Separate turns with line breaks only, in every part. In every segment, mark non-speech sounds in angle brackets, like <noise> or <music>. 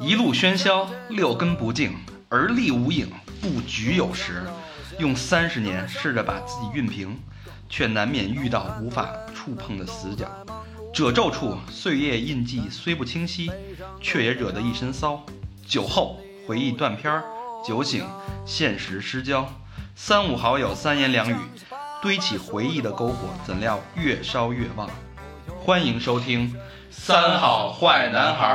一路喧嚣，六根不净，而立无影，不局有时。用三十年试着把自己熨平，却难免遇到无法触碰的死角。褶皱处，岁月印记虽不清晰，却也惹得一身骚。酒后回忆断片儿，酒醒现实失焦。三五好友三言两语，堆起回忆的篝火，怎料越烧越旺。欢迎收听《三好坏男孩》。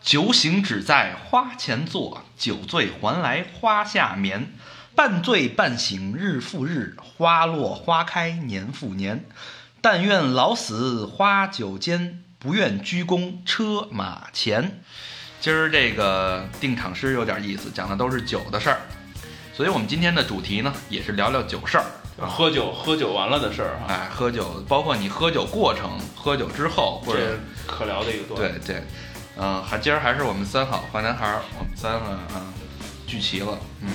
酒醒只在花前坐，酒醉还来花下眠。半醉半醒日复日，花落花开年复年。但愿老死花酒间，不愿鞠躬车马前。今儿这个定场诗有点意思，讲的都是酒的事儿，所以我们今天的主题呢，也是聊聊酒事儿。
喝酒喝酒完了的事儿哈，
哎，喝酒，包括你喝酒过程、喝酒之后，或者
这可聊的一个段。
对对，嗯，还今儿还是我们三好坏男孩，儿，我们三个啊聚齐了，嗯，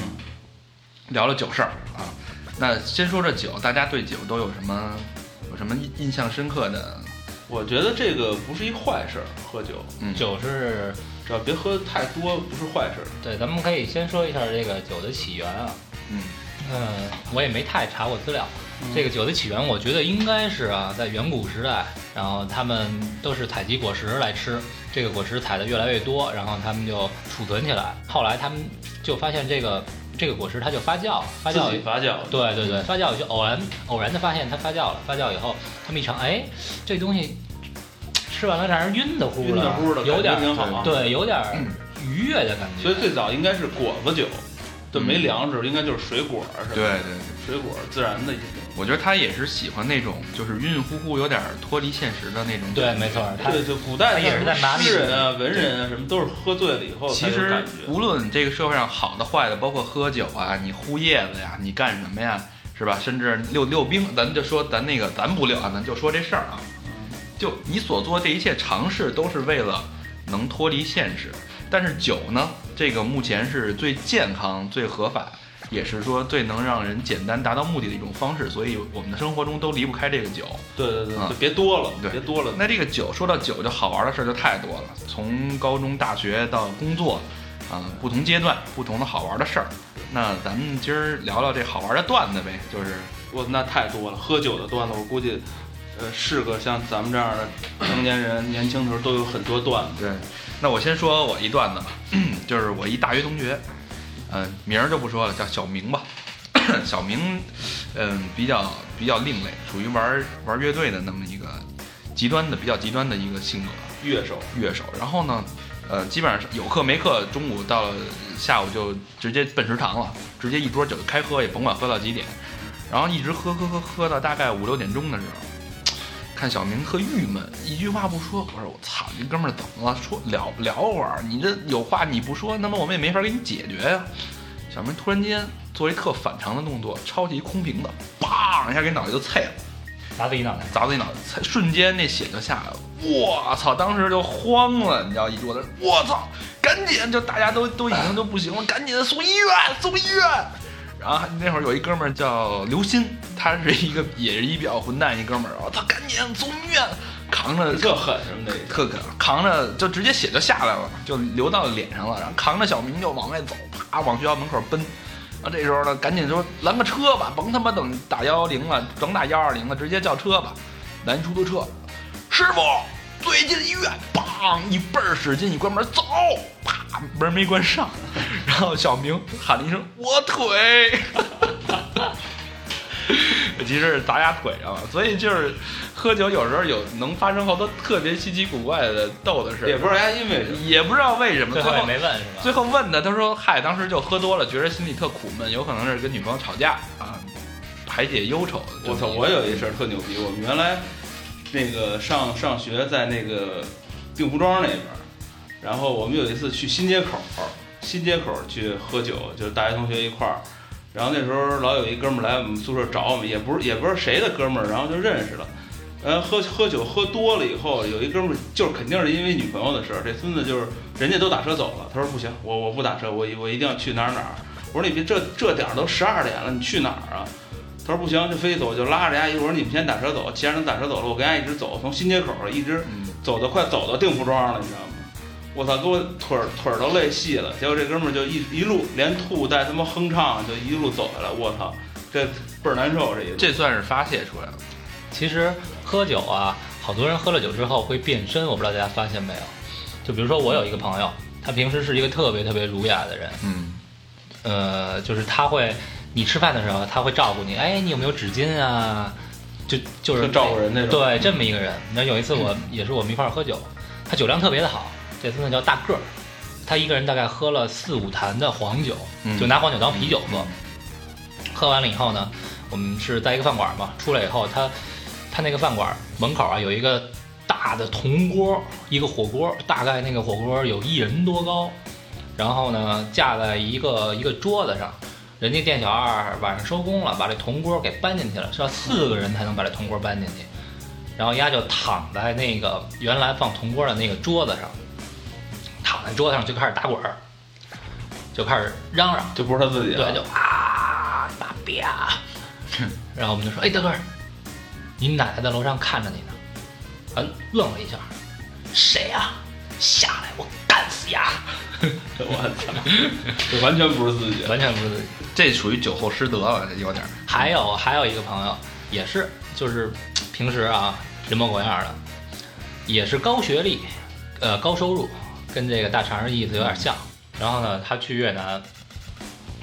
聊了酒事儿啊。那先说这酒，大家对酒都有什么有什么印印象深刻的？
我觉得这个不是一坏事儿，喝酒
嗯，
酒是
只要别喝太多，不是坏事儿。
对，咱们可以先说一下这个酒的起源啊。
嗯
嗯，我也没太查过资料。
嗯
这个酒的起源，我觉得应该是啊，在远古时代，然后他们都是采集果实来吃，这个果实采的越来越多，然后他们就储存起来。后来他们就发现这个这个果实它就发酵，发酵
自己嗯发酵，
对对对，发酵就偶然偶然的发现它发酵了，发酵以后他们一尝，哎，这东西吃完了让人晕的乎
晕的乎的，
有点
感觉挺好啊。
对，有点儿愉悦的感觉。
所以最早应该是果子酒，对，
嗯
没粮食，应该就是水果儿是吧？
对对，对，
水果儿自然的一些东西。
我觉得他也是喜欢那种就是晕晕乎乎、有点儿脱离现实的那种。
对，没错，啊它
对，就古代
它也是在拿
诗人啊、文人啊什么，都是喝醉了以后才
其
有
实
感觉。
无论这个社会上好的坏的，包括喝酒啊，你呼叶子呀，你干什么呀，是吧？甚至溜溜冰，咱就说咱那个咱不溜啊，咱就说这事儿啊，就你所做这一切尝试都是为了能脱离现实。但是酒呢，这个目前是最健康、最合法，也是说最能让人简单达到目的的一种方式，所以我们的生活中都离不开这个酒。
对对对，
嗯
就别多了，
对
别多了。
那这个酒，说到酒，就好玩的事儿就太多了，从高中、大学到工作，啊、不同阶段不同的好玩的事儿。那咱们今儿聊聊这好玩的段子呗，就是
我那太多了，喝酒的段子，我估计，呃，是个像咱们这样的成年人，年轻的时候都有很多段子。
对。那我先说我一段子吧， <clears throat> 就是我一大学同学，嗯、名儿就不说了，叫小明吧。 <clears throat> 小明，嗯、比较比较另类，属于玩玩乐队的那么一个极端的比较极端的一个性格。
乐手，
乐手。然后呢，呃，基本上是有课没课，中午到了下午就直接奔食堂了，直接一桌酒就开喝，也甭管喝到几点。然后一直喝喝喝喝到大概五六点钟的时候，看小明特郁闷，一句话不说。我说我操，这哥们儿怎么了？说聊聊会儿，你这有话你不说，那么我们也没法给你解决呀、小明突然间做一特反常的动作，抄起一空瓶子，梆一下给脑袋就碎了。
砸自己脑袋。
砸自己脑袋，才瞬间那血就下来了。我操！当时就慌了，你知道，一桌子人，我操，赶紧就大家都都已经都不行了，赶紧送医院，送医院。然后那会儿有一哥们儿叫刘鑫，他是一个也是一比较混蛋一哥们儿，我操，赶紧送医院，扛着
特狠什么的。
特可扛着就直接血就下来了，就流到脸上了，然后扛着小明就往外走，啪往学校门口奔。啊，这时候呢，赶紧说拦个车吧，甭他妈等打幺幺零了，甭打幺二零了，直接叫车吧。拦出租车，师傅，最近医院，梆一倍儿使劲一关门，走，啪门没关上， <laughs> 然后小明喊了一声我腿， <laughs> 其实是砸俩腿上了，所以就是喝酒有时候有能发生好多特别稀奇古怪的逗的事儿，
也不知道人家因为什么，
也不知道为什么
最后
最
也
后
没问是吧？
最后问的，他说：“嗨，当时就喝多了，觉得心里特苦闷，有可能是跟女朋友吵架啊，排解忧愁。”
我操！我有一事儿特牛逼，我们原来那个上上学在那个定福庄那边儿，然后我们有一次去新街口，新街口去喝酒，就是大学同学一块儿，然后那时候老有一哥们儿来我们宿舍找我们，也不是也不知道谁的哥们儿，然后就认识了。呃，喝喝酒喝多了以后，有一哥们儿就是肯定是因为女朋友的事儿，这孙子就是人家都打车走了，他说不行，我我不打车，我一我一定要去哪儿哪儿。我说你别这这点儿都十二点了，你去哪儿啊？他说不行，这非得走，就拉着人家一会儿你们先打车走，既然能打车走了，我跟人家一直走，从新街口一直
嗯，
走的快走到定福庄了，你知道吗？我操，给我腿儿腿儿都累细了。结果这哥们儿就一一路连吐带他妈哼唱，就一路走下来。我操，这倍儿难受，这一路。
这算是发泄出来了。
其实喝酒啊，好多人喝了酒之后会变身，我不知道大家发现没有？就比如说我有一个朋友，他平时是一个特别特别儒雅的人，
嗯，
呃，就是他会，你吃饭的时候他会照顾你，哎，你有没有纸巾啊？就就是
就照顾人那种
对，这么一个人。那有一次我也是我们一块儿喝酒，他酒量特别的好，这姑娘叫大个儿，他一个人大概喝了四五坛的黄酒，
嗯
就拿黄酒当啤酒喝。喝完了以后呢，我们是在一个饭馆嘛，出来以后他他那个饭馆门口啊有一个大的铜锅，一个火锅，大概那个火锅有一人多高，然后呢架在一个一个桌子上。人家店小二晚上收工了，把这铜锅给搬进去了，是要四个人才能把这铜锅搬进去。然后丫就躺在那个原来放铜锅的那个桌子上，躺在桌子上就开始打滚儿，就开始嚷嚷，
就不是他自己
对，就
了，
啊大彪， <laughs> 然后我们就说，哎大个儿，你奶奶在楼上看着你呢，啊愣了一下，谁呀、下来我干死丫，
<laughs> 我操，这完全不是自己。
完全不是自己。
这属于酒后失德了，这有点儿。
还有还有一个朋友也是，就是平时啊人模狗样儿的，也是高学历，呃高收入，跟这个大肠的意思有点像。然后呢，他去越南，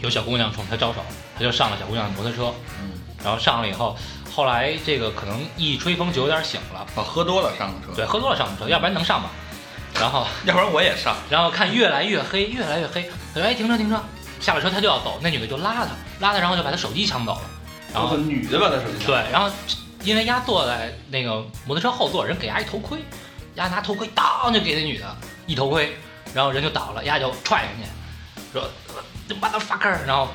有小姑娘冲他招手，他就上了小姑娘的摩托车，
嗯，
然后上了以后，后来这个可能一吹风就有点醒了，
啊，喝多了上的车，
对，，喝多了上不车，要不然能上吗？然后
<laughs> 要不然我也上。
然后看越来越黑，越来越黑，他说哎停车停车，下了车他就要走，那女的就拉他，拉他然后就把他手机抢走了， <laughs> 然后
我操女的把他手机拿
对，然后因为丫坐在那个摩托车后座，人给丫一头盔，丫拿头盔当就给那女的一头盔，然后人就倒了，丫就踹人家，说这 motherfucker，然后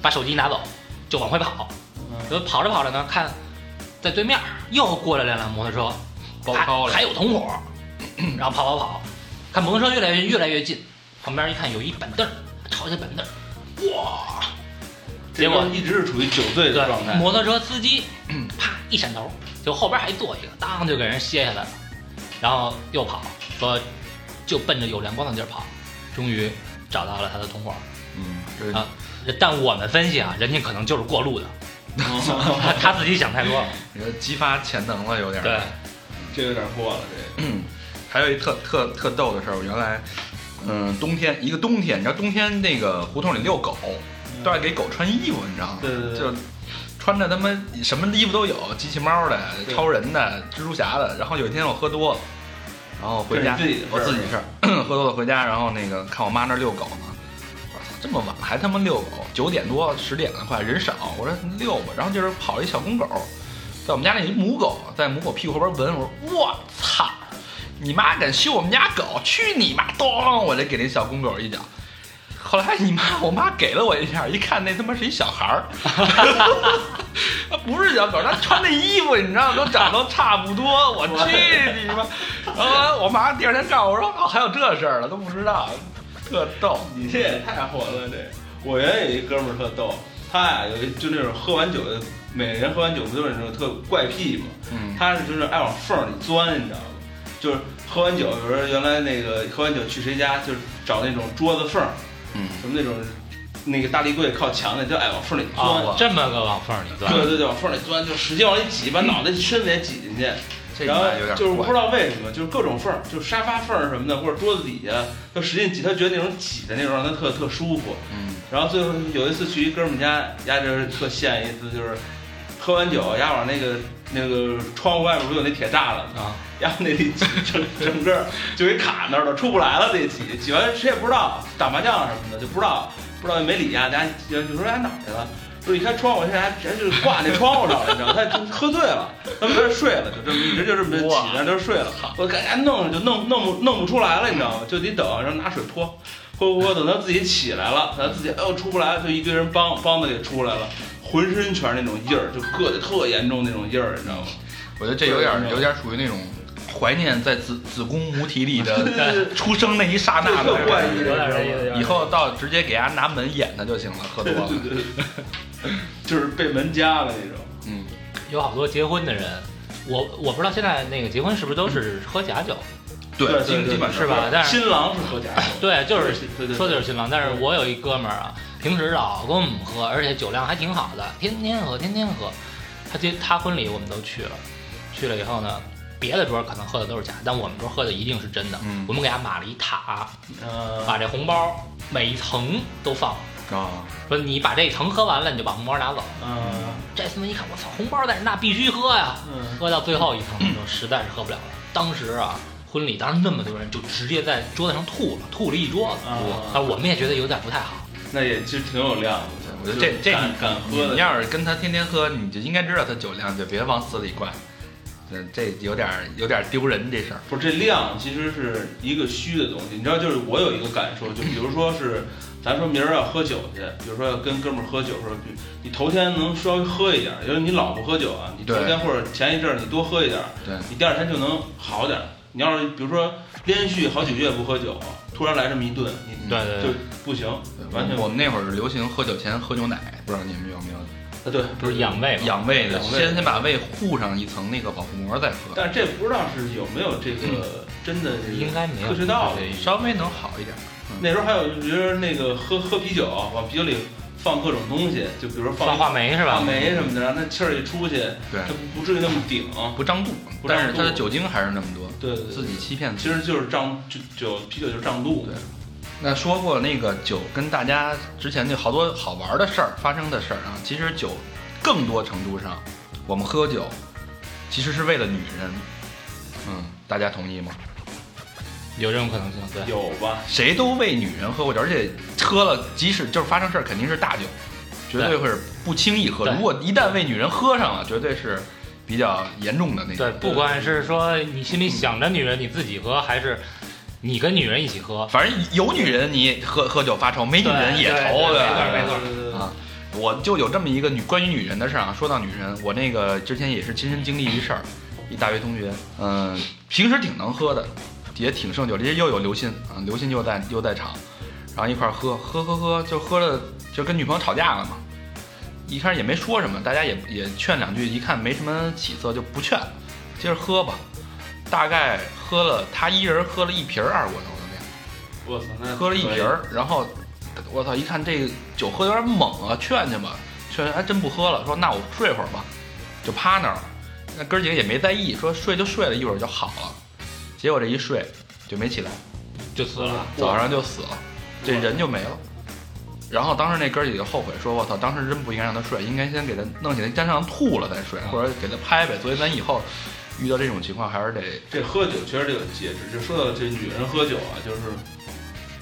把手机拿走，就往回跑，
嗯
就跑着跑着呢，看在对面又过来两辆摩托车，
包
还
抄了
还有同伙， <clears throat> 然后跑跑跑，看摩托车越来越越来越近，旁边一看有一板凳儿，朝下板凳儿，哇！
这
结果
哥们儿一直是处于酒醉的状
对，
态。
摩托车司机 <clears throat> 啪一闪头，就后边还坐一个，当就给人歇下来了，然后又跑，说就奔着有亮光的地儿跑，终于找到了他的同伙
嗯，这
啊。但我们分析啊，人家可能就是过路的，他他自己想太
<laughs>
多了。
你说激发潜能了，有点。嗯
对，，
<laughs> 这有点过了，这
还有一特特特逗的事儿，我原来，嗯，冬天一个冬天，你知道冬天那个胡同里遛狗，都
嗯
爱给狗穿衣服，你知道吗？
对对对
就穿着他妈什么衣服都有，机器猫的、
对
超人的、蜘蛛侠的。然后有一天我喝多了，然后回家
这是你自己的
我
事儿
自己事儿，
<clears throat>
喝多了回家，然后那个看我妈那儿遛狗呢。我操，这么晚还他妈遛狗，九点多十点了快，人少，我说遛吧。然后就是跑一小公狗，在我们家那一母狗，在母狗屁股后边闻，我说我操，你妈敢修我们家狗，去你妈！咚，我就给那小公狗一脚。后来你妈我妈给了我一下，一看那他妈是一小孩儿，他不是小狗，他穿那衣服你知道都长得差不多，我去你妈！然后我妈第二天告诉我说，哦，还有这事儿了，都不知道，特逗。
你这也太混了，这。我原来有一哥们儿特逗，他呀有一就那种喝完酒的，每人喝完酒不就是那种特怪癖嘛，
嗯，
他是就是爱往缝儿里钻，你知道吗？就是喝完酒，比如说原来那个喝完酒去谁家，就是找那种桌子缝儿，
嗯，
什么那种那个大立柜靠墙的，就爱往缝儿里钻。
啊，这么个往缝儿里钻，
对对对，往缝儿里钻，就使劲往里挤，把脑袋身子也挤进去。
这
然后
妈有点
就是不知
怪。
道为什么，就是各种缝儿，就是沙发缝儿什么的，或者桌子底下，就使劲挤，他觉得那种挤的那种让他特特舒服。
嗯，
然后最后有一次去一哥们儿家，丫就是特献一次，就是喝完酒，丫往那个那个窗户外面不是有那铁栅栏吗？
啊，
<laughs> 丫往那里挤，整整个就给卡那儿了，出不来了，得挤，挤完谁也不知道，打麻将什么的就不知道，不知道也没理丫，丫就就说丫哪儿去了。就一开窗户，现在人就挂那窗户上了，你知道吗，他就喝醉了，他们这睡了，就这么一直就这么挤着就睡了。我给他弄着就弄弄不弄不出来了，你知道吗？就得等，然后拿水泼，泼泼泼，等他自己起来了，他自己哎呦出不来了，就一堆人帮帮他给出来了，浑身全是那种印儿，就硌得特严重那种印儿，你知道吗？ <laughs>
我觉得这有点有点属于那种怀念在子子宫母体里
对
的 <laughs>
对对，
出生那一刹那
特
的
怪
感
异
觉。
的
有点有点
以后到直接给人家拿门演他就行了，喝多了。
<laughs> 对对对，就是被门夹了那种。
嗯，
有好多结婚的人，我我不知道现在那个结婚是不是都是喝假酒，
对
基
对
基本
对
上
是吧？但是
新郎是合家酒，
对，就是
对对，
说的就是新郎，但是我有一哥们儿啊，平时老跟我们喝，而且酒量还挺好的，天天喝，天天喝。他结他婚礼我们都去了，去了以后呢，别的桌可能喝的都是假，但我们桌喝的一定是真的。
嗯
我们给他买了一塔，
呃，
把这红包每一层都放，
啊，
说你把这一层喝完了，你就把红包拿走。
嗯
这他妈一看，我操，红包在这儿那必须喝呀！
嗯，
喝到最后一层的时候，实在是喝不了了。当时啊，婚礼当时那么多人，就直接在桌子上吐了，吐了一桌子。
啊
但我们也觉得有点不太好。
那也其实挺有量的，
我觉得这
就
这
敢敢喝
你
的，
要是跟他天天喝，你就应该知道他酒量，就别往死里灌。这这有点有点丢人这事儿。
不是这量其实是一个虚的东西，你知道，就是我有一个感受，就比如说是，咱说明儿要喝酒去，比如说要跟哥们儿喝酒的时候，你你头天能稍微喝一点儿，因为你老不喝酒啊，你头
对
天或者前一阵儿你多喝一点儿，
对嗯
你第二天就能好点儿。你要是比如说连续好几个月不喝酒，突然来这么一顿，你
对
对
嗯就不行，完全
我们那会儿流行喝酒前喝牛奶，不知道你们有没有
啊对，
不是养胃吗？
养胃的，
养胃
先先把胃护上一层那个保护膜再喝，
但是这不知道是有没有这个真的这个
应该没有
科学道理。
稍微能好一点。
那时候还有就是那个喝喝啤酒，往啤酒里放各种东西，就比如说
放话梅是吧
话？梅什么的，让那气儿一出去，
对
它不不至于那么顶。
不胀肚，
不胀肚
但是它的酒精还是那么多，
对对
自
对，
己欺骗自己。
其实就是胀就酒啤酒就是胀肚。
对那说过那个酒跟大家之前就好多好玩的事儿发生的事儿啊，其实酒更多程度上，我们喝酒其实是为了女人，嗯，大家同意吗？
有这种可能性，对。
有吧？
谁都为女人喝过酒，而且喝了，即使就是发生事儿，肯定是大酒，绝对
对
会是不轻易喝。
对
如果一旦为女人喝上了，绝对是比较严重的那
对
种。，
不管是说你心里想着女人，你自己喝，还是你跟女人一起喝，
反正有女人你喝喝酒发愁，没女人也
对
愁，
对
吧
没错没错
对
啊，我就有这么一个女关于女人的事儿啊。说到女人，我那个之前也是亲身经历一事儿，一大学同学，嗯、平时挺能喝的，也挺盛酒，这又有刘鑫啊，刘鑫又在又在场，然后一块儿喝喝喝喝，就喝了就跟女朋友吵架了嘛。一开始也没说什么，大家也也劝两句，一看没什么起色，就不劝，接着喝吧。大概喝了，他一人喝了一瓶儿二锅头的量。
我操，那
喝了一瓶儿，然后我操，一看这酒喝有点猛啊，劝劝吧，劝劝还真不喝了，说那我睡会儿吧，就趴那儿了。那哥儿几个也没在意，说睡就睡了一会儿就好了。结果这一睡就没起来，
就死了。
早上就死了，这人就没了。然后当时那哥儿几个后悔说：“我操，当时真不应该让他睡，应该先给他弄起来，先让他吐了再睡，或者给他拍呗。”所以咱以后遇到这种情况还是得
这喝酒确实得有节制。就说到这女人喝酒啊，就是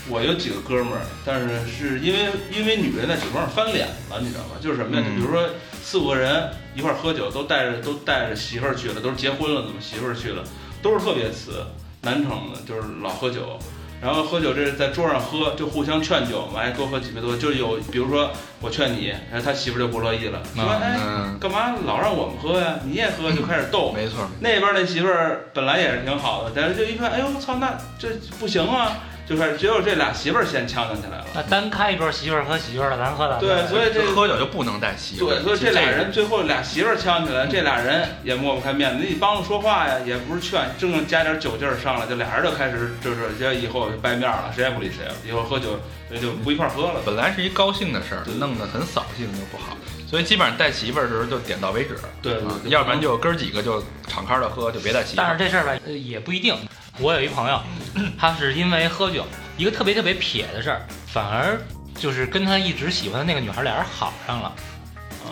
我有几个哥们儿，但是是因为因为女人在酒桌上翻脸了，你知道吗？就是什么呀？
嗯
就比如说四五个人一块儿喝酒，都带着都带着媳妇儿去了，都是结婚了，怎么媳妇儿去了，都是特别次，南城的，就是老喝酒。然后喝酒，这是在桌上喝，就互相劝酒嘛，哎，多喝几杯多。就是有，比如说我劝你，然后他媳妇儿就不乐意了，说
嗯
哎，
嗯，
干嘛老让我们喝呀？你也喝，就开始斗。
没错儿，
那边那媳妇儿本来也是挺好的，但是就一看，哎呦我操，那这不行啊！就开始只有这俩媳妇儿先呛呛起来了。
那单开一桌，媳妇儿和媳妇儿的，咱喝咱的。
嗯对，所以这
就喝酒就不能带媳妇儿。
对，所以这俩人最后俩媳妇儿呛起来，这俩人也抹不开面子，你帮着说话呀，也不是劝，正正加点酒劲儿上来，就俩人就开始就是这以后就掰面儿了，谁也不理谁了，以后喝酒就就不一块儿喝了。
本来是一高兴的事儿
对，
弄得很扫兴就不好，所以基本上带媳妇儿的时候就点到为止，
对对
啊
对
要不然就哥儿几个就敞开了喝，就别带媳妇
但
儿
是。这事儿吧，呃也不一定。我有一朋友，
嗯
他是因为喝酒，一个特别特别撇的事儿，反而就是跟他一直喜欢的那个女孩儿俩人好上了。
啊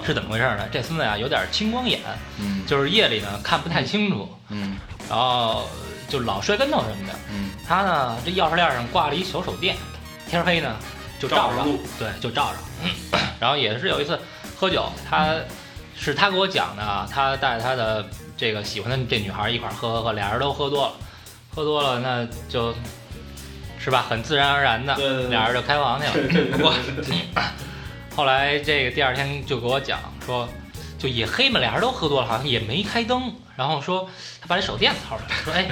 是怎么回事呢？这孙子呀有点青光眼，
嗯
就是夜里呢看不太清楚，
嗯
然后就老摔跟头什么的。
嗯，
他呢这钥匙链上挂了一小手电，天黑呢就照
照着
着
路，
对，就照着。然后也是有一次喝酒，他是他给我讲的啊，他带着他的这个喜欢的这女孩一块儿喝喝喝，俩人都喝多了，喝多了那就是吧，很自然而然的
对对对
俩人就开房去了。我后来这个第二天就给我讲说，就也黑嘛，俩人都喝多了，好像也没开灯，然后说他把这手电掏出来，说哎，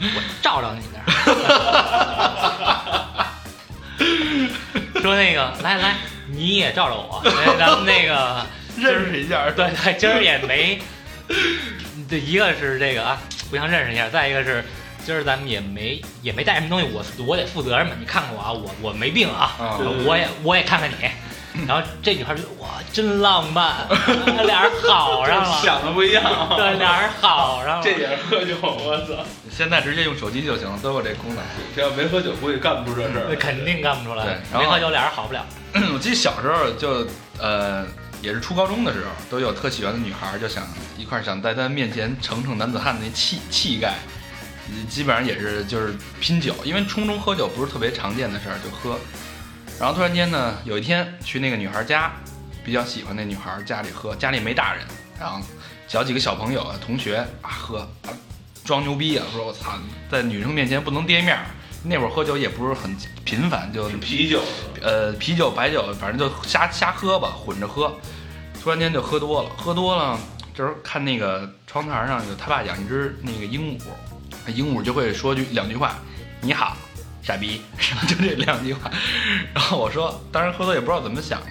我照着你那儿， <laughs> 说那个来来，你也照着我，来咱们那个
认识一下，
<laughs> 对对，今儿也没，这一个是这个啊，互相认识一下，再一个是今儿咱们也没也没带什么东西，我我得负责任嘛，你看看我啊，我我没病啊，
啊
对对
我也我也
<laughs>
看看你。然后这女孩就哇，真浪漫，俩人好上了，
想的不一样啊，
对，俩人好上了。
这也是喝酒，我操！
现在直接用手机就行了，都有这功能。
这要没喝酒，估计干不出这事儿
那
来。
肯定干不出
对
来，
然后
没喝酒俩人好不了。
<clears throat> 我记得小时候就呃，也是初高中的时候，都有特喜欢的女孩儿，就想一块儿想在她面前承承男子汉的那气气概，嗯基本上也是就是拼酒，因为初中喝酒不是特别常见的事儿，就喝。然后突然间呢，有一天去那个女孩家，比较喜欢那女孩家里喝，家里没大人，然后小几个小朋友啊同学啊喝，啊装牛逼啊，说我操，在女生面前不能跌面儿。那会儿喝酒也不是很频繁，就
就是啤酒
呃，啤酒、白酒，反正就瞎瞎喝吧，混着喝。突然间就喝多了，喝多了，这时候看那个窗台上有他爸养一只那个鹦鹉，那鹦鹉就会说句两句话：“你好，傻逼”， <laughs> 就这两句话。然后我说，当时喝多也不知道怎么想的，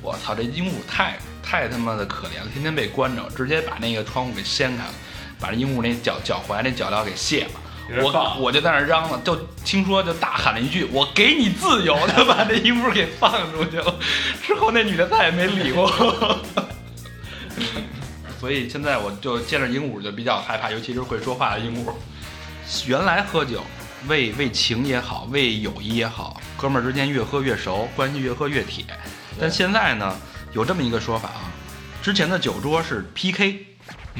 我操，这鹦鹉太太他妈的可怜了，天天被关着，直接把那个窗户给掀开了，把这鹦鹉那脚脚踝那脚镣给卸了。
有点
我
棒
我就在那儿嚷了，就听说就大喊了一句：“我给你自由！”就把那鹦鹉给放出去了。之后那女的再也没理过我。 <laughs> 所以现在我就见着鹦鹉就比较害怕，尤其是会说话的鹦鹉。原来喝酒，为为情也好，为友谊也好，哥们儿之间越喝越熟，关系越喝越铁。但现在呢，有这么一个说法啊，之前的酒桌是 PK，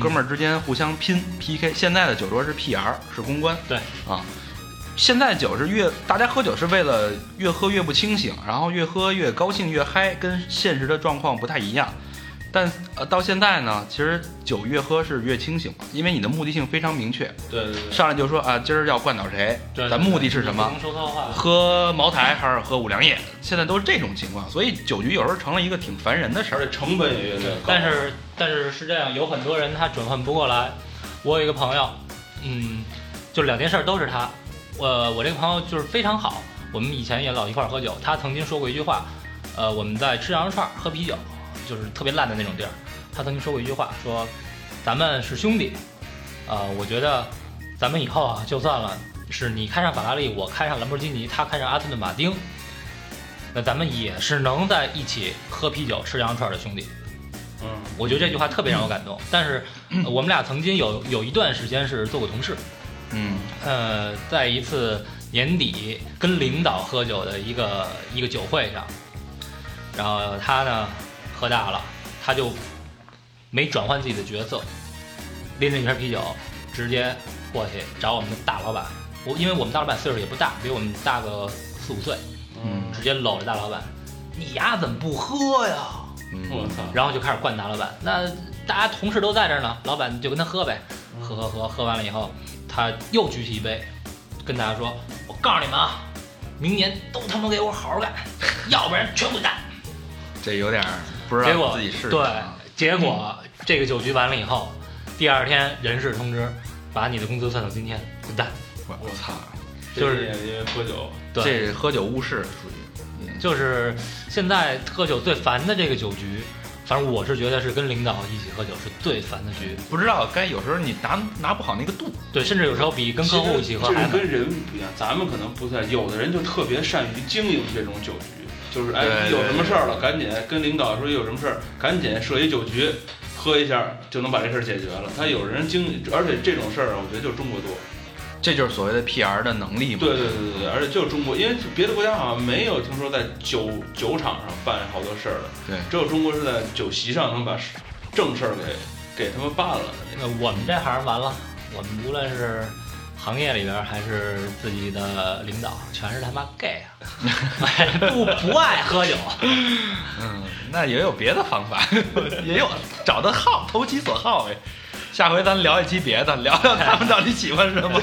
哥们儿之间互相拼 PK，现在的酒桌是 PR，是公关。
对
啊，现在酒是越大家喝酒是为了越喝越不清醒，然后越喝越高兴越嗨，跟现实的状况不太一样。但呃，到现在呢，其实酒越喝是越清醒了，因为你的目的性非常明确，
对对对，
上来就说啊，今儿要灌倒谁，
对
咱目的是什么？
不能说错话。
喝茅台还是喝五粮液？现在都是这种情况，所以酒局有时候成了一个挺烦人的事
而
儿。
且成本也越来越高。
但是但是是这样，有很多人他转换不过来。我有一个朋友，嗯，就两件事儿都是他。我我这个朋友就是非常好，我们以前也老一块儿喝酒。他曾经说过一句话，呃，我们在吃羊肉串儿喝啤酒，就是特别烂的那种地儿。他曾经说过一句话，说咱们是兄弟，呃，我觉得咱们以后啊，就算了，是你开上法拉利，我开上兰博基尼，他开上阿斯顿马丁，那咱们也是能在一起喝啤酒吃羊肉串儿的兄弟。
嗯，
我觉得这句话特别让我感动。但是呃我们俩曾经有有一段时间是做过同事，
嗯，
呃，在一次年底跟领导喝酒的一个一个酒会上，然后他呢喝大了，他就没转换自己的角色，拎着一瓶啤酒直接过去找我们的大老板。我因为我们大老板岁数也不大，比我们大个四五岁，
嗯
直接搂着大老板，你丫怎么不喝呀？
我
嗯，
操，
然后就开始灌大老板。那大家同事都在这儿呢，老板就跟他喝呗，喝喝喝，喝完了以后，他又举起一杯，跟大家说：“我告诉你们啊，明年都他妈给我好好干，要不然全滚蛋。
这有点儿不”知
结
道
果
自己是
对，结果、这个酒局完了以后，第二天人事通知，把你的工资算到今天，滚蛋。
我我操，
就是
这也因为喝酒，
对，
这喝酒误事属于。嗯
就是现在喝酒最烦的这个酒局。反正我是觉得是跟领导一起喝酒是最烦的局，
不知道该有时候你拿拿不好那个度，
对，甚至有时候比跟客户一起喝
这
还
是
烦。
跟人不一样，咱们可能不太，有的人就特别善于经营这种酒局，就是哎
对
有什么事儿了，赶紧跟领导说有什么事儿，赶紧设一酒局，喝一下就能把这事儿解决了。他有人经，而且这种事儿啊，我觉得就中国多。
这就是所谓的 PR 的能力嘛。
对对对对对，而且就是中国，因为别的国家好像没有听说在酒酒场上办好多事儿的，
对
只有中国是在酒席上能把事正事儿给给他们办了的那种。
那我们这行完了，我们无论是行业里边儿还是自己的领导，全是他妈 gay 啊， <laughs> 不不爱喝酒。
嗯，那也有别的方法， <laughs> 也有找的好，投其所好呗。下回咱聊一期别的，聊聊他们到底喜欢什么。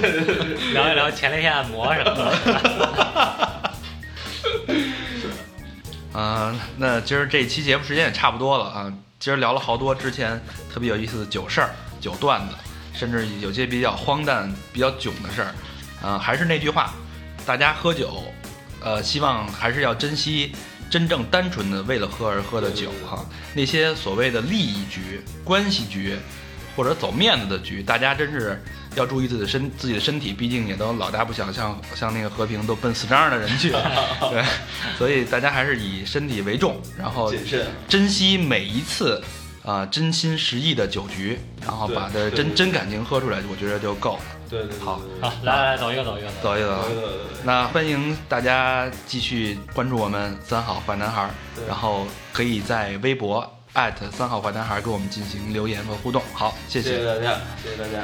聊一聊前列腺按摩什么的。
啊、那今儿这期节目时间也差不多了啊。今儿聊了好多之前特别有意思的酒事儿、酒段子，甚至有些比较荒诞、比较囧的事儿。啊、还是那句话，大家喝酒，呃，希望还是要珍惜真正单纯的为了喝而喝的酒哈、那些所谓的利益局、关系局，或者走面子的局，大家真是要注意自己的身自己的身体，毕竟也都老大不小，像像那个和平都奔四张的人去 <laughs> 了，对，所以大家还是以身体为重，然后
谨慎。
珍惜每一次啊、真心实意的酒局，然后
对
把这
对
真
对
真感情喝出来，我觉得就够了。
对对对对
好
对
好，来来来，走一个走一个走一
走一
个。
走啊。
对对对对。
那欢迎大家继续关注我们三好坏男孩儿
对，
然后可以在微博艾特三好坏男孩儿跟我们进行留言和互动。好，谢
谢谢大家，谢谢大家。